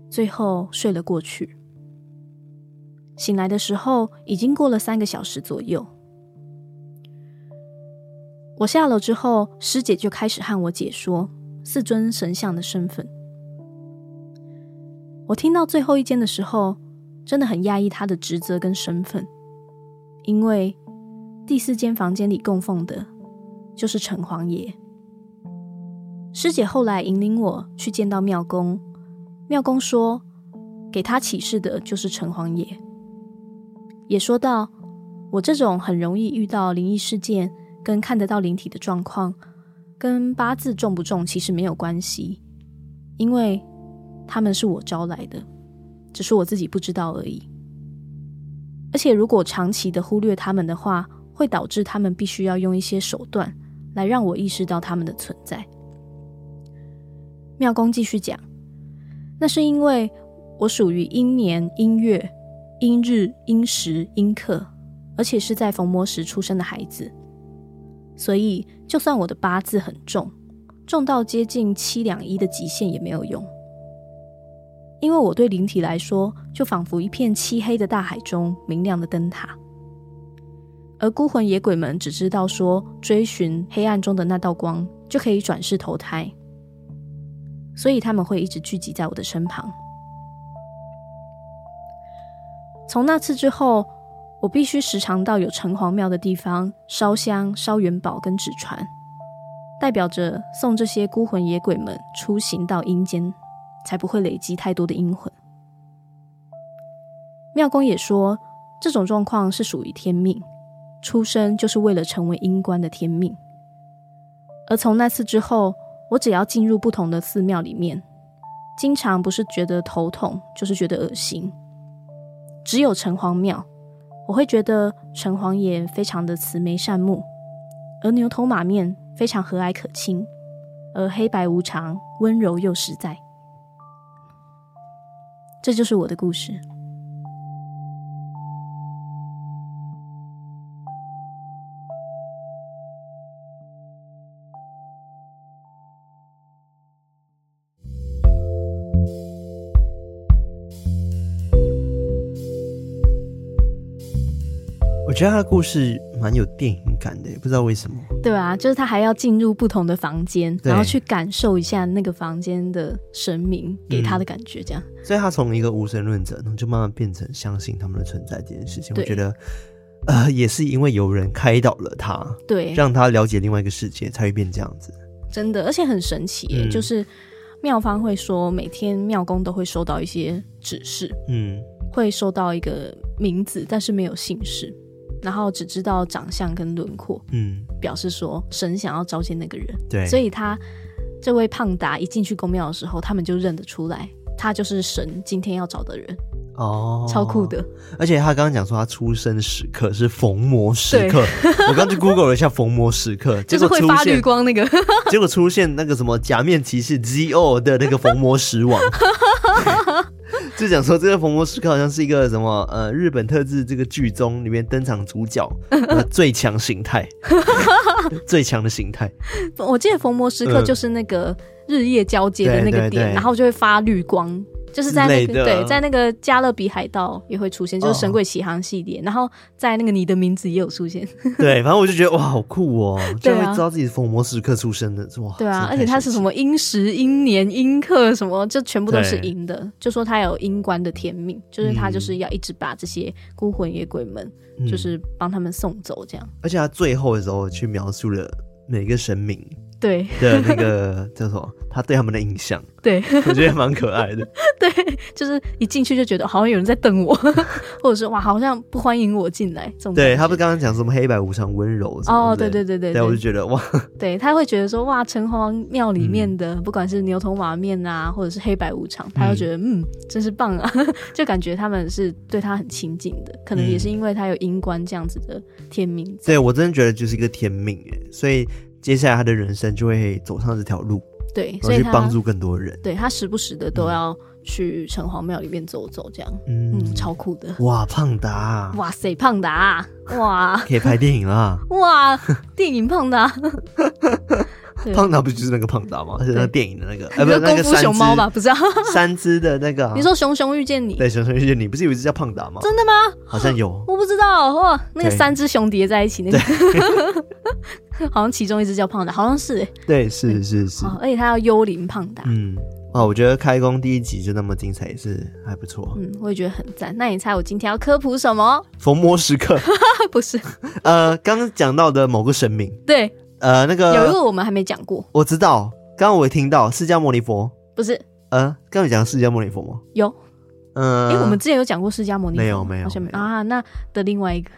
Speaker 2: 最后睡了过去。醒来的时候，已经过了三个小时左右。我下楼之后，师姐就开始和我解说四尊神像的身份。我听到最后一间的时候，真的很压抑他的职责跟身份，因为第四间房间里供奉的就是城隍爷。师姐后来引领我去见到庙公，庙公说，给他启示的就是城隍爷，也说到我这种很容易遇到灵异事件跟看得到灵体的状况，跟八字重不重其实没有关系，因为他们是我招来的，只是我自己不知道而已。而且如果长期的忽略他们的话，会导致他们必须要用一些手段来让我意识到他们的存在。妙公继续讲，那是因为我属于阴年、阴月、阴日、阴时、阴刻，而且是在逢魔时出生的孩子，所以就算我的八字很重，重到接近七两一的极限也没有用，因为我对灵体来说，就仿佛一片漆黑的大海中明亮的灯塔，而孤魂野鬼们只知道说追寻黑暗中的那道光，就可以转世投胎。所以他们会一直聚集在我的身旁。从那次之后，我必须时常到有城隍庙的地方烧香、烧元宝跟纸船，代表着送这些孤魂野鬼们出行到阴间，才不会累积太多的阴魂。庙公也说，这种状况是属于天命，出生就是为了成为阴官的天命。而从那次之后，我只要进入不同的寺庙里面，经常不是觉得头痛，就是觉得恶心。只有城隍庙，我会觉得城隍爷非常的慈眉善目，而牛头马面非常和蔼可亲，而黑白无常温柔又实在。这就是我的故事。
Speaker 1: 我觉得他的故事蛮有电影感的，不知道为什么。
Speaker 2: 对啊，就是他还要进入不同的房间，
Speaker 1: 对
Speaker 2: 然后去感受一下那个房间的神明给他的感觉，这样。
Speaker 1: 所以他从一个无神论者，然后就慢慢变成相信他们的存在这件事情。我
Speaker 2: 对
Speaker 1: 觉得，呃，也是因为有人开导了他，
Speaker 2: 对，
Speaker 1: 让他了解另外一个世界，才会变这样子。
Speaker 2: 真的，而且很神奇耶、
Speaker 1: 嗯
Speaker 2: 就是庙方会说，每天庙公都会收到一些指示，
Speaker 1: 嗯，
Speaker 2: 会收到一个名字，但是没有姓氏，然后只知道长相跟轮廓，
Speaker 1: 嗯，
Speaker 2: 表示说神想要召见那个人。
Speaker 1: 对，
Speaker 2: 所以他这位胖达一进去宫庙的时候，他们就认得出来，他就是神今天要找的人，
Speaker 1: 哦，
Speaker 2: 超酷。的。
Speaker 1: 而且他刚刚讲说他出生时刻是逢魔时刻， <laughs> 我刚去 Google 了一下逢魔时刻，
Speaker 2: <laughs>
Speaker 1: 结
Speaker 2: 就是
Speaker 1: 果
Speaker 2: 会
Speaker 1: 出
Speaker 2: 发绿
Speaker 1: 现，
Speaker 2: 光那个， <laughs>
Speaker 1: 结果出现那个什么假面骑士 ZO 的那个逢魔时王。 <laughs> 就讲说这个逢魔时刻好像是一个什么呃日本特制这个剧中里面登场主角、
Speaker 2: <laughs>
Speaker 1: 呃、最强形态， <laughs> 最强的形态，
Speaker 2: 我记得逢魔时刻
Speaker 1: 嗯
Speaker 2: 就是那个日夜交接的那
Speaker 1: 对
Speaker 2: 个
Speaker 1: 对
Speaker 2: 点，
Speaker 1: 对
Speaker 2: 然后就会发绿光，就是在那个
Speaker 1: 之类的哦
Speaker 2: 对，在那个加勒比海盗也会出现，就是《神鬼奇航》系列，然后在那个你的名字也有出现，
Speaker 1: 对，反正我就觉得哇好酷哦，居
Speaker 2: 对啊
Speaker 1: 然会知道自己是逢魔时刻出生的，哇，
Speaker 2: 对啊，而
Speaker 1: 真
Speaker 2: 且
Speaker 1: 的太
Speaker 2: 它
Speaker 1: 神
Speaker 2: 是
Speaker 1: 奇
Speaker 2: 什么阴时、阴年、阴刻什么，就全部都是
Speaker 1: 对
Speaker 2: 阴的，就说它有阴官的天命，就是它就是要一直把这些孤魂野鬼们，
Speaker 1: 嗯
Speaker 2: 就是帮他们送走这样，
Speaker 1: 而且他最后的时候去描述了每个神明
Speaker 2: 对
Speaker 1: <laughs> 的那个叫什么，他对他们的印
Speaker 2: <laughs>
Speaker 1: 象，
Speaker 2: 对。
Speaker 1: 我觉得蛮可爱的。
Speaker 2: 对，就是一进去就觉得好像有人在瞪我， <laughs> 或者是哇，好像不欢迎我进来这种感觉。
Speaker 1: 对他不是刚刚讲什么黑白无常、温柔什么
Speaker 2: 哦，
Speaker 1: 之类
Speaker 2: 对
Speaker 1: 的
Speaker 2: 对对对
Speaker 1: 对，我就
Speaker 2: 对，
Speaker 1: 觉得哇，
Speaker 2: 对他会觉得说哇，城隍庙里面的、不管是牛头马面啊，或者是黑白无常，他
Speaker 1: 嗯
Speaker 2: 就觉得嗯真是棒啊， <laughs> 就感觉他们是对他很亲近的，可能也是
Speaker 1: 嗯
Speaker 2: 因为他有阴官这样子的天命在。
Speaker 1: 对我真的觉得就是一个天命哎，所以接下来他的人生就会走上这条路，
Speaker 2: 对，
Speaker 1: 然
Speaker 2: 所
Speaker 1: 后
Speaker 2: 以
Speaker 1: 去
Speaker 2: 他
Speaker 1: 帮助嗯更多人。
Speaker 2: 对他时不时的都要去城隍庙里面走走，这样
Speaker 1: 嗯，
Speaker 2: 嗯，超酷的。
Speaker 1: 哇，胖达啊
Speaker 2: 哇塞，胖达，哇！
Speaker 1: 可以拍电影啦。
Speaker 2: 哇，电影胖啊达，对
Speaker 1: 胖达不就是那个胖达吗？是那个
Speaker 2: 对
Speaker 1: 电影的
Speaker 2: <laughs>
Speaker 1: 那个，哎，
Speaker 2: 你
Speaker 1: 不是那个
Speaker 2: 说功夫
Speaker 1: 三
Speaker 2: 熊
Speaker 1: 只
Speaker 2: 猫吧？不是啊，
Speaker 1: <laughs> 三只的那 <laughs> 个啊。
Speaker 2: 你说熊熊遇见你，
Speaker 1: 对，熊熊遇见你，不是有一只叫胖达吗？
Speaker 2: 真的吗？
Speaker 1: 好像有，
Speaker 2: 我不知道哇，那个
Speaker 1: 对
Speaker 2: 三只熊叠在一起那个， <laughs> 好像其中一只叫胖达，好像是欸
Speaker 1: 对，是是是。
Speaker 2: 哦，而且它叫幽灵胖达，
Speaker 1: 嗯，啊，我觉得开工第一集就那么精彩，也是还不错。
Speaker 2: 嗯，我也觉得很赞。那你猜我今天要科普什么？ <laughs>
Speaker 1: 逢魔时刻，
Speaker 2: 不是，
Speaker 1: 呃，刚刚讲到的某个神明，
Speaker 2: 对，
Speaker 1: 呃，那
Speaker 2: 有一
Speaker 1: 个
Speaker 2: 个我们还没讲过，
Speaker 1: 我知道，刚刚我也听到释迦牟尼佛，
Speaker 2: 不是
Speaker 1: 呃，刚有讲释迦牟尼佛吗？
Speaker 2: 有，
Speaker 1: 嗯、
Speaker 2: 哎，我们之前有讲过释迦牟尼佛吗，
Speaker 1: 没有没有
Speaker 2: 好像没
Speaker 1: 没有
Speaker 2: 啊。那的另外一个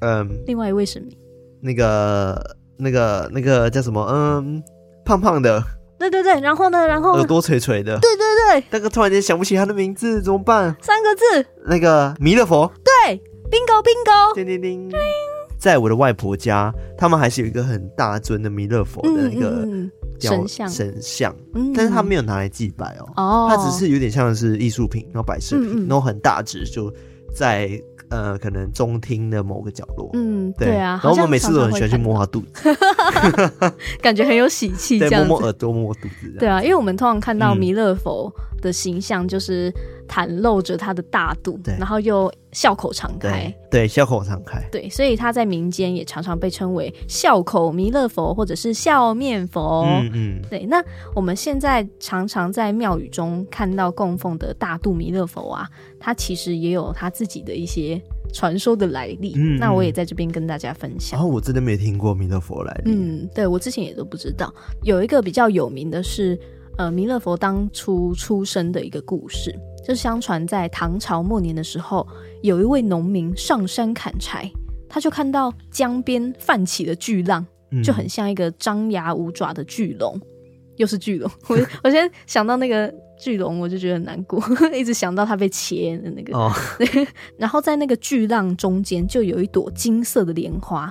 Speaker 1: 嗯、
Speaker 2: 另外一位神明，
Speaker 1: 那个那个那个叫什么？嗯，胖胖的，
Speaker 2: 对对对，然后呢，然后
Speaker 1: 耳
Speaker 2: 呢，
Speaker 1: 朵垂垂的，
Speaker 2: 哦对对对，
Speaker 1: 那个突然间想不起他的名字，怎么办？
Speaker 2: 三个字，
Speaker 1: 那个弥勒佛，
Speaker 2: 对，bingo bingo，
Speaker 1: 叮叮叮。在我的外婆家，他们还是有一个很大尊的弥勒佛的那个
Speaker 2: 嗯嗯嗯
Speaker 1: 雕
Speaker 2: 神像，
Speaker 1: 神像，
Speaker 2: 嗯
Speaker 1: 但是他没有拿来祭拜哦，
Speaker 2: 哦，
Speaker 1: 它只是有点像是艺术品，然后摆饰品，
Speaker 2: 嗯嗯
Speaker 1: 然后很大只，就在呃可能中厅的某个角落。
Speaker 2: 嗯，对啊，
Speaker 1: 然后我们
Speaker 2: 好像
Speaker 1: 每次都很喜欢去
Speaker 2: 常常会
Speaker 1: 摸它肚子，
Speaker 2: 看到，感觉很有喜气这
Speaker 1: 对，
Speaker 2: 样
Speaker 1: 摸摸
Speaker 2: 子。
Speaker 1: 耳朵，摸摸肚子。
Speaker 2: 对，啊，因为我们通常看到
Speaker 1: 嗯
Speaker 2: 弥勒佛的形象，就是袒露着他的大肚，
Speaker 1: 对
Speaker 2: 然后又笑口常啊开
Speaker 1: 对。对，笑口常开。
Speaker 2: 对，所以他在民间也常常被称为笑口弥勒佛，或者是笑面佛。
Speaker 1: 嗯嗯，
Speaker 2: 对，那我们现在常常在庙宇中看到供奉的大肚弥勒佛啊，它其实也有它自己的一些传说的来历。
Speaker 1: 嗯
Speaker 2: 那我也
Speaker 1: 嗯
Speaker 2: 在这边跟大家分享
Speaker 1: 然。后我真的没听过弥勒佛来历。
Speaker 2: 嗯，对我之前也都不知道，有一个比较有名的是，呃，弥勒佛当初出生的一个故事，就相传在唐朝末年的时候，有一位农民上山砍柴，他就看到江边泛起的巨浪，
Speaker 1: 嗯
Speaker 2: 就很像一个张牙舞爪的巨龙，又是巨龙。 <laughs> 我我现在想到那个巨龙，我就觉得很难过， <laughs> 一直想到他被切的那个。
Speaker 1: 哦，
Speaker 2: 然后在那个巨浪中间就有一朵金色的莲花，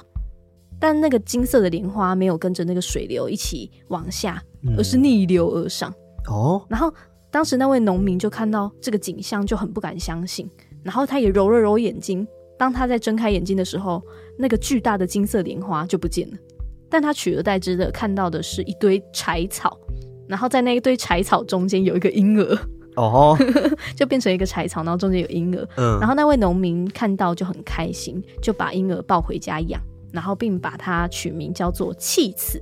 Speaker 2: 但那个金色的莲花没有跟着那个水流一起往下，
Speaker 1: 嗯
Speaker 2: 而是逆流而上。
Speaker 1: 哦，
Speaker 2: 然后当时那位农民就看到这个景象，就很不敢相信，然后他也揉了揉眼睛。当他在睁开眼睛的时候，那个巨大的金色莲花就不见了，但他取而代之的看到的是一堆柴草，然后在那一堆柴草中间有一个婴儿， <laughs>
Speaker 1: 哦，
Speaker 2: 就变成一个柴草，然后中间有婴儿，
Speaker 1: 嗯，
Speaker 2: <laughs> 然
Speaker 1: 后
Speaker 2: 后那位农民看到就很开心，就把婴儿抱回家养，然后并把它取名叫做弃子，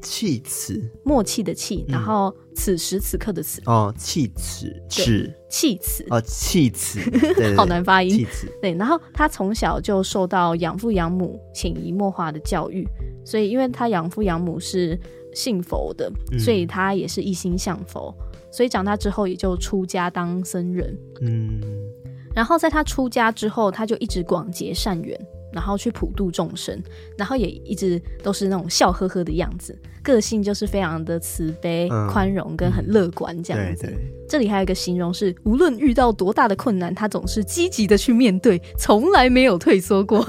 Speaker 1: 气齿
Speaker 2: 默契的契，
Speaker 1: 嗯
Speaker 2: 然后此时此刻的此，
Speaker 1: 哦，气齿齿
Speaker 2: 弃子，
Speaker 1: 哦，气齿，对对，
Speaker 2: <laughs> 好难发音
Speaker 1: 气。齿，
Speaker 2: 对，然后他从小就受到养父养母潜移默化的教育，所以因为他养父养母是信佛的，
Speaker 1: 嗯
Speaker 2: 所以他也是一心向佛，所以长大之后也就出家当僧人。
Speaker 1: 嗯
Speaker 2: 然后在他出家之后，他就一直广结善缘，然后去普度众生，然后也一直都是那种笑呵呵的样子，个性就是非常的慈悲、
Speaker 1: 嗯
Speaker 2: 宽容跟很乐观这样
Speaker 1: 对
Speaker 2: 子。
Speaker 1: 对，
Speaker 2: 这里还有一个形容是，无论遇到多大的困难，他总是积极的去面对，从来没有退
Speaker 1: <laughs>
Speaker 2: 缩过。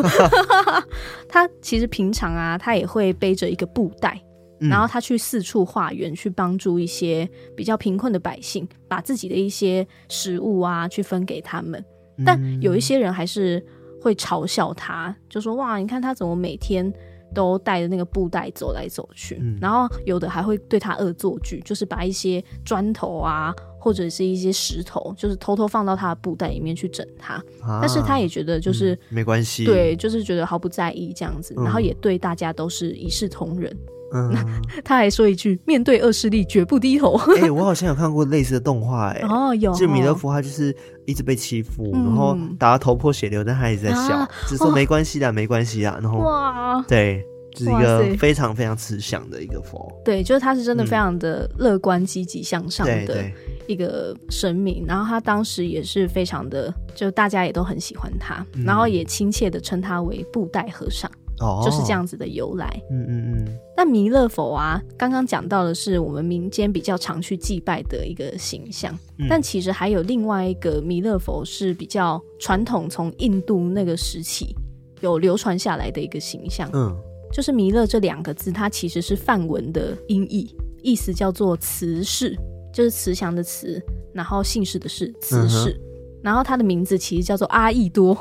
Speaker 2: 他其实平常啊，他也会背着一个布袋，
Speaker 1: 嗯
Speaker 2: 然后他去四处化缘，去帮助一些比较贫困的百姓，把自己的一些食物啊去分给他们。
Speaker 1: 嗯
Speaker 2: 但有一些人还是会嘲笑他，就说：“哇，你看他怎么每天都带着那个布袋走来走去。
Speaker 1: 嗯
Speaker 2: 然后有的还会对他恶作剧，就是把一些砖头啊，或者是一些石头，就是偷偷放到他的布袋里面去整他。
Speaker 1: 啊
Speaker 2: 但是他也觉得就是、
Speaker 1: 嗯没关系，
Speaker 2: 对，就是觉得毫不在意这样子，
Speaker 1: 嗯
Speaker 2: 然后也对大家都是一视同仁。
Speaker 1: 嗯， <laughs>
Speaker 2: 他还说一句：“面对恶势力，绝不低头。
Speaker 1: 哎，我好像有看过类似的动画，哎”，
Speaker 2: 哦，有
Speaker 1: 就米勒
Speaker 2: 哦
Speaker 1: 夫他就是一直被欺负，
Speaker 2: 嗯
Speaker 1: 然后打到头破血流，但他一直在笑
Speaker 2: 啊，
Speaker 1: 只说
Speaker 2: 哦
Speaker 1: 没关系啦，没关系啦，然后
Speaker 2: 哇，
Speaker 1: 对，就是一
Speaker 2: 哇
Speaker 1: 个
Speaker 2: 塞
Speaker 1: 非常非常慈祥的一个佛，
Speaker 2: 对，就是他是真的
Speaker 1: 嗯
Speaker 2: 非常的乐观、积极向上
Speaker 1: 对
Speaker 2: 的
Speaker 1: 对，
Speaker 2: 一个神明。然后他当时也是非常的，就大家也都很喜欢他，
Speaker 1: 嗯
Speaker 2: 然后也亲切的称他为布袋和尚，
Speaker 1: 哦，
Speaker 2: 就是这，样子的由来。
Speaker 1: 嗯嗯嗯，
Speaker 2: 那弥勒佛啊，刚刚讲到的是我们民间比较常去祭拜的一个形象，
Speaker 1: 嗯
Speaker 2: 但其实还有另外一个弥勒佛是比较传统，从印度那个时期有流传下来的一个形象。
Speaker 1: 嗯
Speaker 2: 就是弥勒这两个字，它其实是梵文的音译，意思叫做慈氏，就是慈祥的慈，然后姓氏的氏，慈
Speaker 1: 嗯
Speaker 2: 氏。然后他的名字其实叫做阿逸多，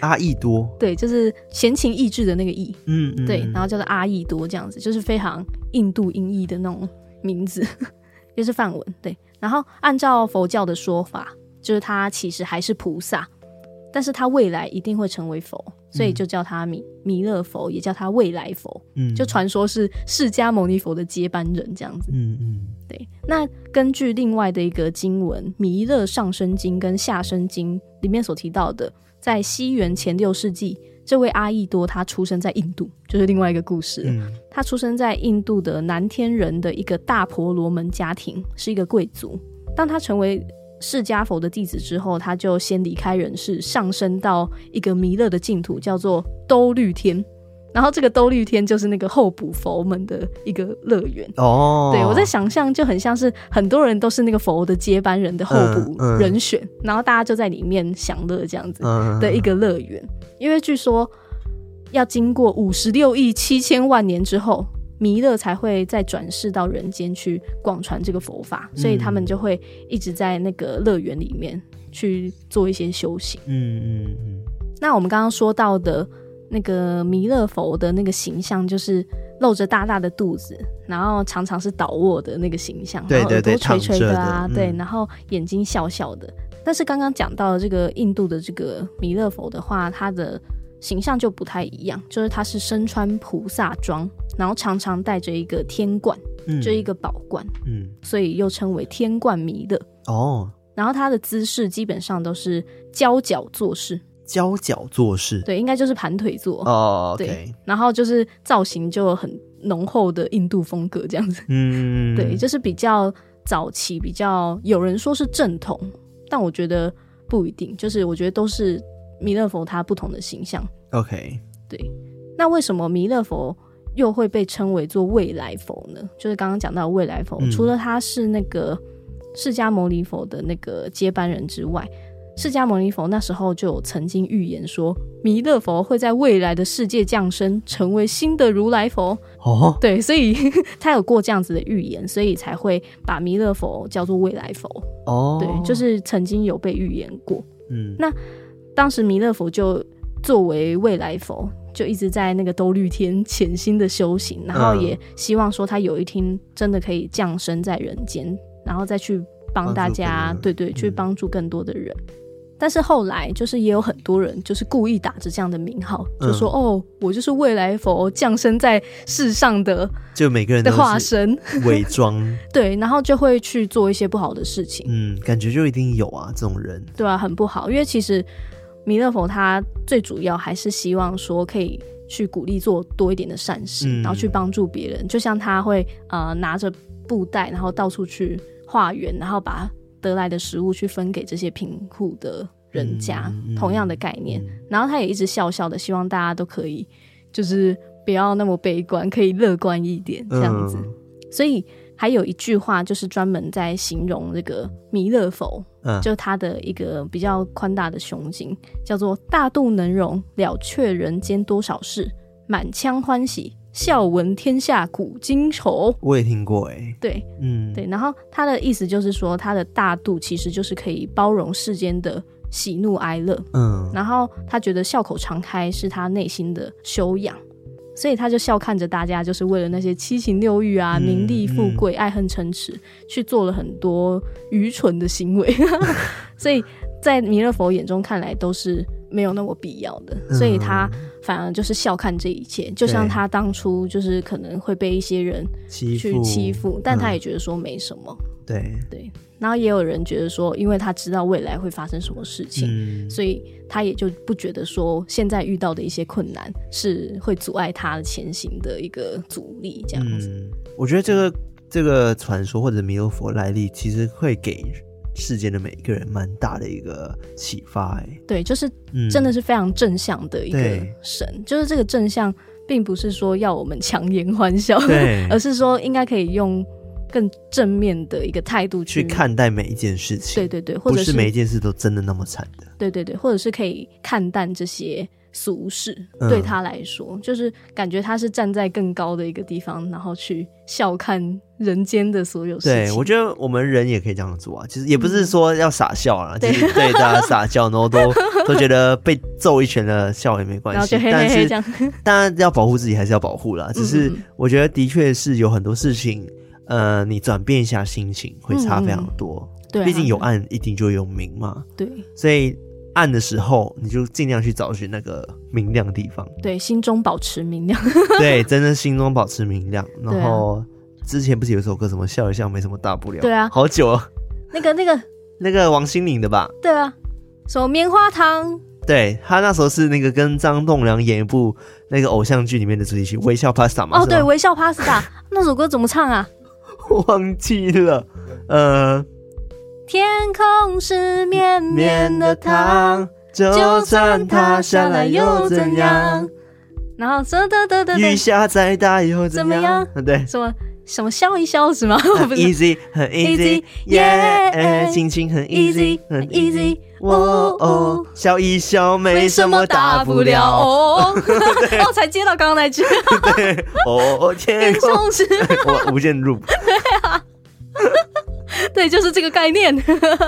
Speaker 1: 阿逸多，
Speaker 2: 对，就是闲情逸致的那个逸，
Speaker 1: 嗯嗯，
Speaker 2: 对，
Speaker 1: 嗯
Speaker 2: 然后叫做阿逸多这样子，就是非常印度音译的那种名字，就是梵文对。然后按照佛教的说法，就是他其实还是菩萨，但是他未来一定会成为佛，所以
Speaker 1: 嗯
Speaker 2: 就叫他弥弥勒佛，也叫他未来佛。
Speaker 1: 嗯
Speaker 2: 就，传说是释迦牟尼佛的接班人这样子。
Speaker 1: 嗯嗯
Speaker 2: 对，那根据另外的一个经文《弥勒上生经》跟《下生经》里面所提到的，在西元前六世纪，这位阿逸多他出生在印度，就是另外一个故事了。
Speaker 1: 嗯
Speaker 2: 他出生在印度的南天人的一个大婆罗门家庭，是一个贵族。当他成为释迦佛的弟子之后，他就先离开人世，上升到一个弥勒的净土，叫做兜率天。然后这个兜率天就是那个候补佛门的一个乐园。
Speaker 1: 哦，
Speaker 2: 对我在想象就很像是很多人都是那个佛的接班人的候补
Speaker 1: 嗯嗯
Speaker 2: 人选，然后大家就在里面享乐这样子。
Speaker 1: 嗯
Speaker 2: 的一个乐园，因为据说要经过五十六亿七千万年之后，弥勒才会再转世到人间去广传这个佛法，所以他们就会一直在那个乐园里面去做一些修行。
Speaker 1: 嗯嗯嗯
Speaker 2: 那我们刚刚说到的那个弥勒佛的那个形象，就是露着大大的肚子，然后常常是倒卧的那个形象，
Speaker 1: 对对对
Speaker 2: 然后耳朵垂垂啊，
Speaker 1: 躺着的嗯
Speaker 2: 对，然后眼睛笑笑的。但是刚刚讲到的这个印度的这个弥勒佛的话，他的形象就不太一样，就是他是身穿菩萨装，然后常常戴着一个天冠，
Speaker 1: 嗯，
Speaker 2: 就一个宝冠，
Speaker 1: 嗯
Speaker 2: 所以又称为天冠弥勒。
Speaker 1: 哦，
Speaker 2: 然后他的姿势基本上都是交脚坐式，
Speaker 1: 交脚做事，
Speaker 2: 对，应该就是盘腿坐。
Speaker 1: 哦
Speaker 2: 对
Speaker 1: ，OK，
Speaker 2: 然后就是造型就很浓厚的印度风格这样子，
Speaker 1: 嗯，
Speaker 2: 对，就是比较早期，比较有人说是正统，但我觉得不一定，就是我觉得都是弥勒佛他不同的形象。
Speaker 1: OK，
Speaker 2: 那为什么弥勒佛又会被称为做未来佛呢？就是刚刚讲到的未来佛，
Speaker 1: 嗯
Speaker 2: 除了他是那个释迦牟尼佛的那个接班人之外，释迦牟尼佛那时候就有曾经预言说，弥勒佛会在未来的世界降生，成为新的如来佛。
Speaker 1: 哦，
Speaker 2: 对，所以 <laughs> 他有过这样子的预言，所以才会把弥勒佛叫做未来佛。
Speaker 1: 哦，
Speaker 2: 对，就是曾经有被预言过。
Speaker 1: 嗯，
Speaker 2: 那当时弥勒佛就作为未来佛，就一直在那个兜率天潜心的修行，然
Speaker 1: 嗯
Speaker 2: 后也希望说他有一天真的可以降生在人间，然后再去帮大
Speaker 1: 帮
Speaker 2: 家
Speaker 1: 助，更
Speaker 2: 对
Speaker 1: 多人
Speaker 2: 对，去
Speaker 1: 嗯
Speaker 2: 帮助更多的人。但是后来，就是也有很多人就是故意打着这样的名号，
Speaker 1: 嗯
Speaker 2: 就说、哦，我就是未来佛降生在世上的
Speaker 1: 就每个人
Speaker 2: 的
Speaker 1: 都
Speaker 2: 化
Speaker 1: 是
Speaker 2: 身， <laughs>
Speaker 1: 伪装，
Speaker 2: 对，然后就会去做一些不好的事情。
Speaker 1: 嗯，感觉就一定有啊，这种人，
Speaker 2: 对啊，很不好，因为其实弥勒佛他最主要还是希望说可以去鼓励做多一点的善事，
Speaker 1: 嗯
Speaker 2: 然后去帮助别人。就像他会呃拿着布袋，然后到处去化缘，然后把得来的食物去分给这些贫苦的人家，
Speaker 1: 嗯嗯
Speaker 2: 同样的概念。
Speaker 1: 嗯
Speaker 2: 然后他也一直笑笑的，希望大家都可以就是不要那么悲观，可以乐观一点这样
Speaker 1: 嗯
Speaker 2: 子。所以还有一句话就是专门在形容这个弥勒佛，
Speaker 1: 嗯，
Speaker 2: 就他的一个比较宽大的胸襟，叫做“大度能容，了却人间多少事，满腔欢喜，笑闻天下古今愁
Speaker 1: 我也听过哎、”。
Speaker 2: 对
Speaker 1: 嗯，
Speaker 2: 对，然后他的意思就是说，他的大度其实就是可以包容世间的喜怒哀乐，
Speaker 1: 嗯，
Speaker 2: 然后他觉得笑口常开是他内心的修养，所以他就笑看着大家，就是为了那些七情六欲啊、
Speaker 1: 嗯
Speaker 2: 名利富贵、爱恨嗔痴，去做了很多愚蠢的行为， <laughs> 所以在弥勒佛眼中看来都是没有那么必要的，所以他反而就是笑看这一切，就像
Speaker 1: 嗯对
Speaker 2: 他当初就是可能会被一些人
Speaker 1: 欺
Speaker 2: 去
Speaker 1: 负
Speaker 2: 欺负，但他
Speaker 1: 嗯
Speaker 2: 也觉得说没什么，
Speaker 1: 对，
Speaker 2: 对，然后也有人觉得说，因为他知道未来会发生什么事情。
Speaker 1: 嗯，
Speaker 2: 所以他也就不觉得说现在遇到的一些困难是会阻碍他前行的一个阻力，这样子。
Speaker 1: 嗯，我觉得这个这个传说或者弥勒佛来历，其实会给世间的每一个人蛮大的一个启发哎、
Speaker 2: 对，就是
Speaker 1: 嗯，
Speaker 2: 真的是非常正向的一个
Speaker 1: 对
Speaker 2: 神，就是这个正向，并不是说要我们强颜欢笑，
Speaker 1: 对
Speaker 2: <laughs> 而是说应该可以用更正面的一个态度
Speaker 1: 去
Speaker 2: 去。
Speaker 1: 看待每一件事情，
Speaker 2: 对对对，或者
Speaker 1: 不是每一件事都真的那么惨的，
Speaker 2: 对对对，或者是可以看淡这些俗世，
Speaker 1: 嗯
Speaker 2: 对他来说，就是感觉他是站在更高的一个地方，然后去笑看人间的所有事情。嗯
Speaker 1: 对，我觉得我们人也可以这样做啊，其实也不是说要傻笑啊，就是对大家傻笑，然后
Speaker 2: <laughs>
Speaker 1: 都都觉得被揍一拳了笑也没关
Speaker 2: 然后
Speaker 1: 系
Speaker 2: 就，嘿嘿
Speaker 1: 但
Speaker 2: 嘿这
Speaker 1: 是
Speaker 2: 样，
Speaker 1: <laughs>
Speaker 2: 嗯
Speaker 1: 当然要保护自己还是要保护啦，只是我觉得的确是有很多事情，呃，你转变一下心情会差非常多，
Speaker 2: 对啊，
Speaker 1: 毕竟有暗一定就有明嘛，
Speaker 2: 对
Speaker 1: 所以暗的时候你就尽量去找寻那个明亮的地
Speaker 2: <laughs>
Speaker 1: 方，
Speaker 2: 对，心中保持明亮，
Speaker 1: 对，真的心中保持明亮，
Speaker 2: 对
Speaker 1: 然
Speaker 2: 啊
Speaker 1: 后。之前不是有一首歌什么笑一笑没什么大不了，
Speaker 2: 对啊
Speaker 1: 好久了，
Speaker 2: 那个那个，
Speaker 1: 那个王心凌的吧？
Speaker 2: 对啊，什么棉花糖，
Speaker 1: 对他那时候是那个跟张栋梁演一部那个偶像剧里面的主题曲《微笑 Pasta》嘛？
Speaker 2: 哦，
Speaker 1: 是吗
Speaker 2: 对，微
Speaker 1: <laughs>
Speaker 2: 笑 pasta 那首歌怎么唱啊？
Speaker 1: 我忘记了。呃，
Speaker 2: 天空是绵绵
Speaker 1: 面
Speaker 2: 的
Speaker 1: 的
Speaker 2: 糖，
Speaker 1: 糖，就算它下来又怎样？？
Speaker 2: 然后这这这这
Speaker 1: 雨
Speaker 2: 这
Speaker 1: 下再大又怎
Speaker 2: 怎么样？
Speaker 1: <laughs> 对
Speaker 2: 什么什么笑一笑是吗？
Speaker 1: 很
Speaker 2: <laughs> 不是
Speaker 1: ，easy 很
Speaker 2: easy，
Speaker 1: <laughs> easy，耶，
Speaker 2: 耶
Speaker 1: 心情很
Speaker 2: easy
Speaker 1: easy
Speaker 2: 很
Speaker 1: 很 easy。
Speaker 2: easy，
Speaker 1: 哦哦，笑一笑没什么大不 <laughs> 了。
Speaker 2: 哦，哦， <laughs> 才接到刚刚那
Speaker 1: <laughs>
Speaker 2: 句，
Speaker 1: 哦哦，天
Speaker 2: <laughs> 天
Speaker 1: 空，
Speaker 2: 空是，
Speaker 1: <laughs> 我无限 loop。
Speaker 2: 对，就是这个概念。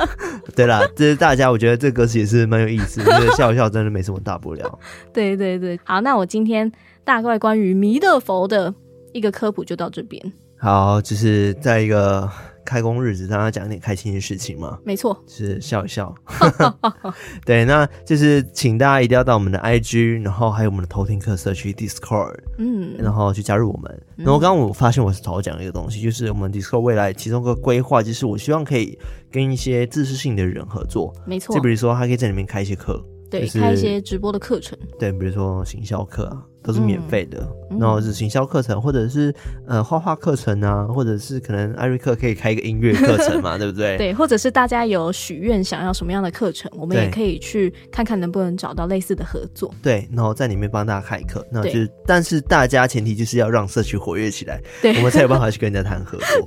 Speaker 1: <laughs> 对啦，这是大家，我觉得这歌词也是蛮有意思，我觉得笑一笑真的没什么大不了。
Speaker 2: 对对对，好，那我今天大概关于弥勒佛的一个科普就到这边，
Speaker 1: 好，就是在一个开工日子，让他讲一点开心的事情嘛，
Speaker 2: 没错，
Speaker 1: 就是笑一笑。 <laughs> 对，那就是请大家一定要到我们的 IG，然后还有我们的偷听课社区 Discord，
Speaker 2: 嗯，
Speaker 1: 然后去加入我们。然后刚刚我发现我是早讲一个东西，就是我们 Discord 未来其中一个规划，就是我希望可以跟一些自视性的人合作，
Speaker 2: 没错
Speaker 1: 就，比如说他可以在里面开一些课，就
Speaker 2: 对，
Speaker 1: 是
Speaker 2: 开一些直播的课程，
Speaker 1: 对，比如说行销课啊，都是免费的，
Speaker 2: 嗯
Speaker 1: 然后是行销课程，或者是呃画画课程啊，或者是可能艾瑞克可以开一个音乐课程
Speaker 2: <laughs>
Speaker 1: 嘛，对不对？
Speaker 2: 对，或者是大家有许愿想要什么样的课程，我们
Speaker 1: 对
Speaker 2: 也可以去看看能不能找到类似的合作，
Speaker 1: 对，然后在里面帮大家开课，那
Speaker 2: 对
Speaker 1: 就是，但是大家前提就是要让社区活跃起来，
Speaker 2: <laughs> 对啊
Speaker 1: 我们才有办法去跟人家谈合
Speaker 2: <laughs>
Speaker 1: 作。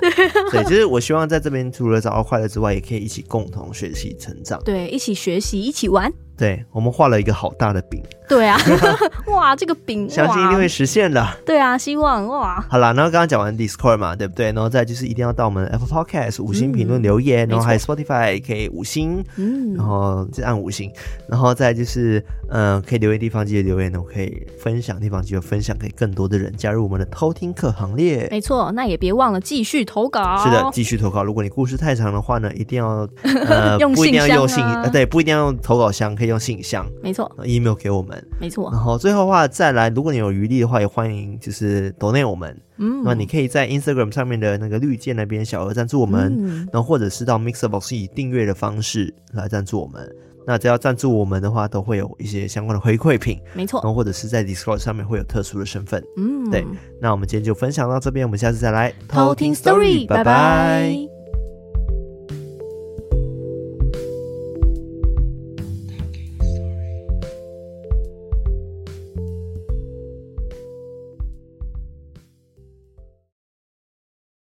Speaker 1: 对，就是我希望在这边除了找到快乐之外，也可以一起共同学习成长。
Speaker 2: 对，一起学习，一起玩，
Speaker 1: 对我们画了一个好大的饼，
Speaker 2: 对
Speaker 1: <laughs>
Speaker 2: 啊， <laughs> 哇，这个饼，
Speaker 1: 相信一定
Speaker 2: 哇
Speaker 1: 会实现的。
Speaker 2: 对啊，希望哇，
Speaker 1: 好啦，然后刚刚讲完 Discord 嘛，对不对？然后再就是一定要到我们 Apple Podcast 五星评论留言，
Speaker 2: 嗯没错
Speaker 1: 然后还有 Spotify 可以五星，
Speaker 2: 嗯
Speaker 1: 然，后就按五星，然后再就是嗯、呃可以留言地方记得留言，然后可以分享地方记得分享给更多的人，加入我们的偷听课行列。
Speaker 2: 没错，那也别忘了继续投稿，
Speaker 1: 是的，继续投稿。如果你故事太长的话呢，一定
Speaker 2: <laughs>
Speaker 1: 要呃，
Speaker 2: 用
Speaker 1: 不一定要
Speaker 2: 信
Speaker 1: 用
Speaker 2: 箱
Speaker 1: 信，
Speaker 2: 啊
Speaker 1: 呃对，不一定要用投稿箱，可以用信箱、
Speaker 2: 没错，
Speaker 1: 呃 email 给我们。
Speaker 2: 没错，
Speaker 1: 然后最后的话再来，如果你有余力的话，也欢迎就是抖内我们。
Speaker 2: 嗯
Speaker 1: 那你可以在 Instagram 上面的那个绿界那边小额赞助我们，
Speaker 2: 嗯
Speaker 1: 然后或者是到 Mixer Box 以订阅的方式来赞助我们。那只要赞助我们的话，都会有一些相关的回馈品，
Speaker 2: 没
Speaker 1: 然
Speaker 2: 错，
Speaker 1: 后或者是在 Discord 上面会有特殊的身份。
Speaker 2: 嗯，
Speaker 1: 对，那我们今天就分享到这边，我们下次再来
Speaker 2: 偷听 story，
Speaker 1: 拜
Speaker 2: 拜拜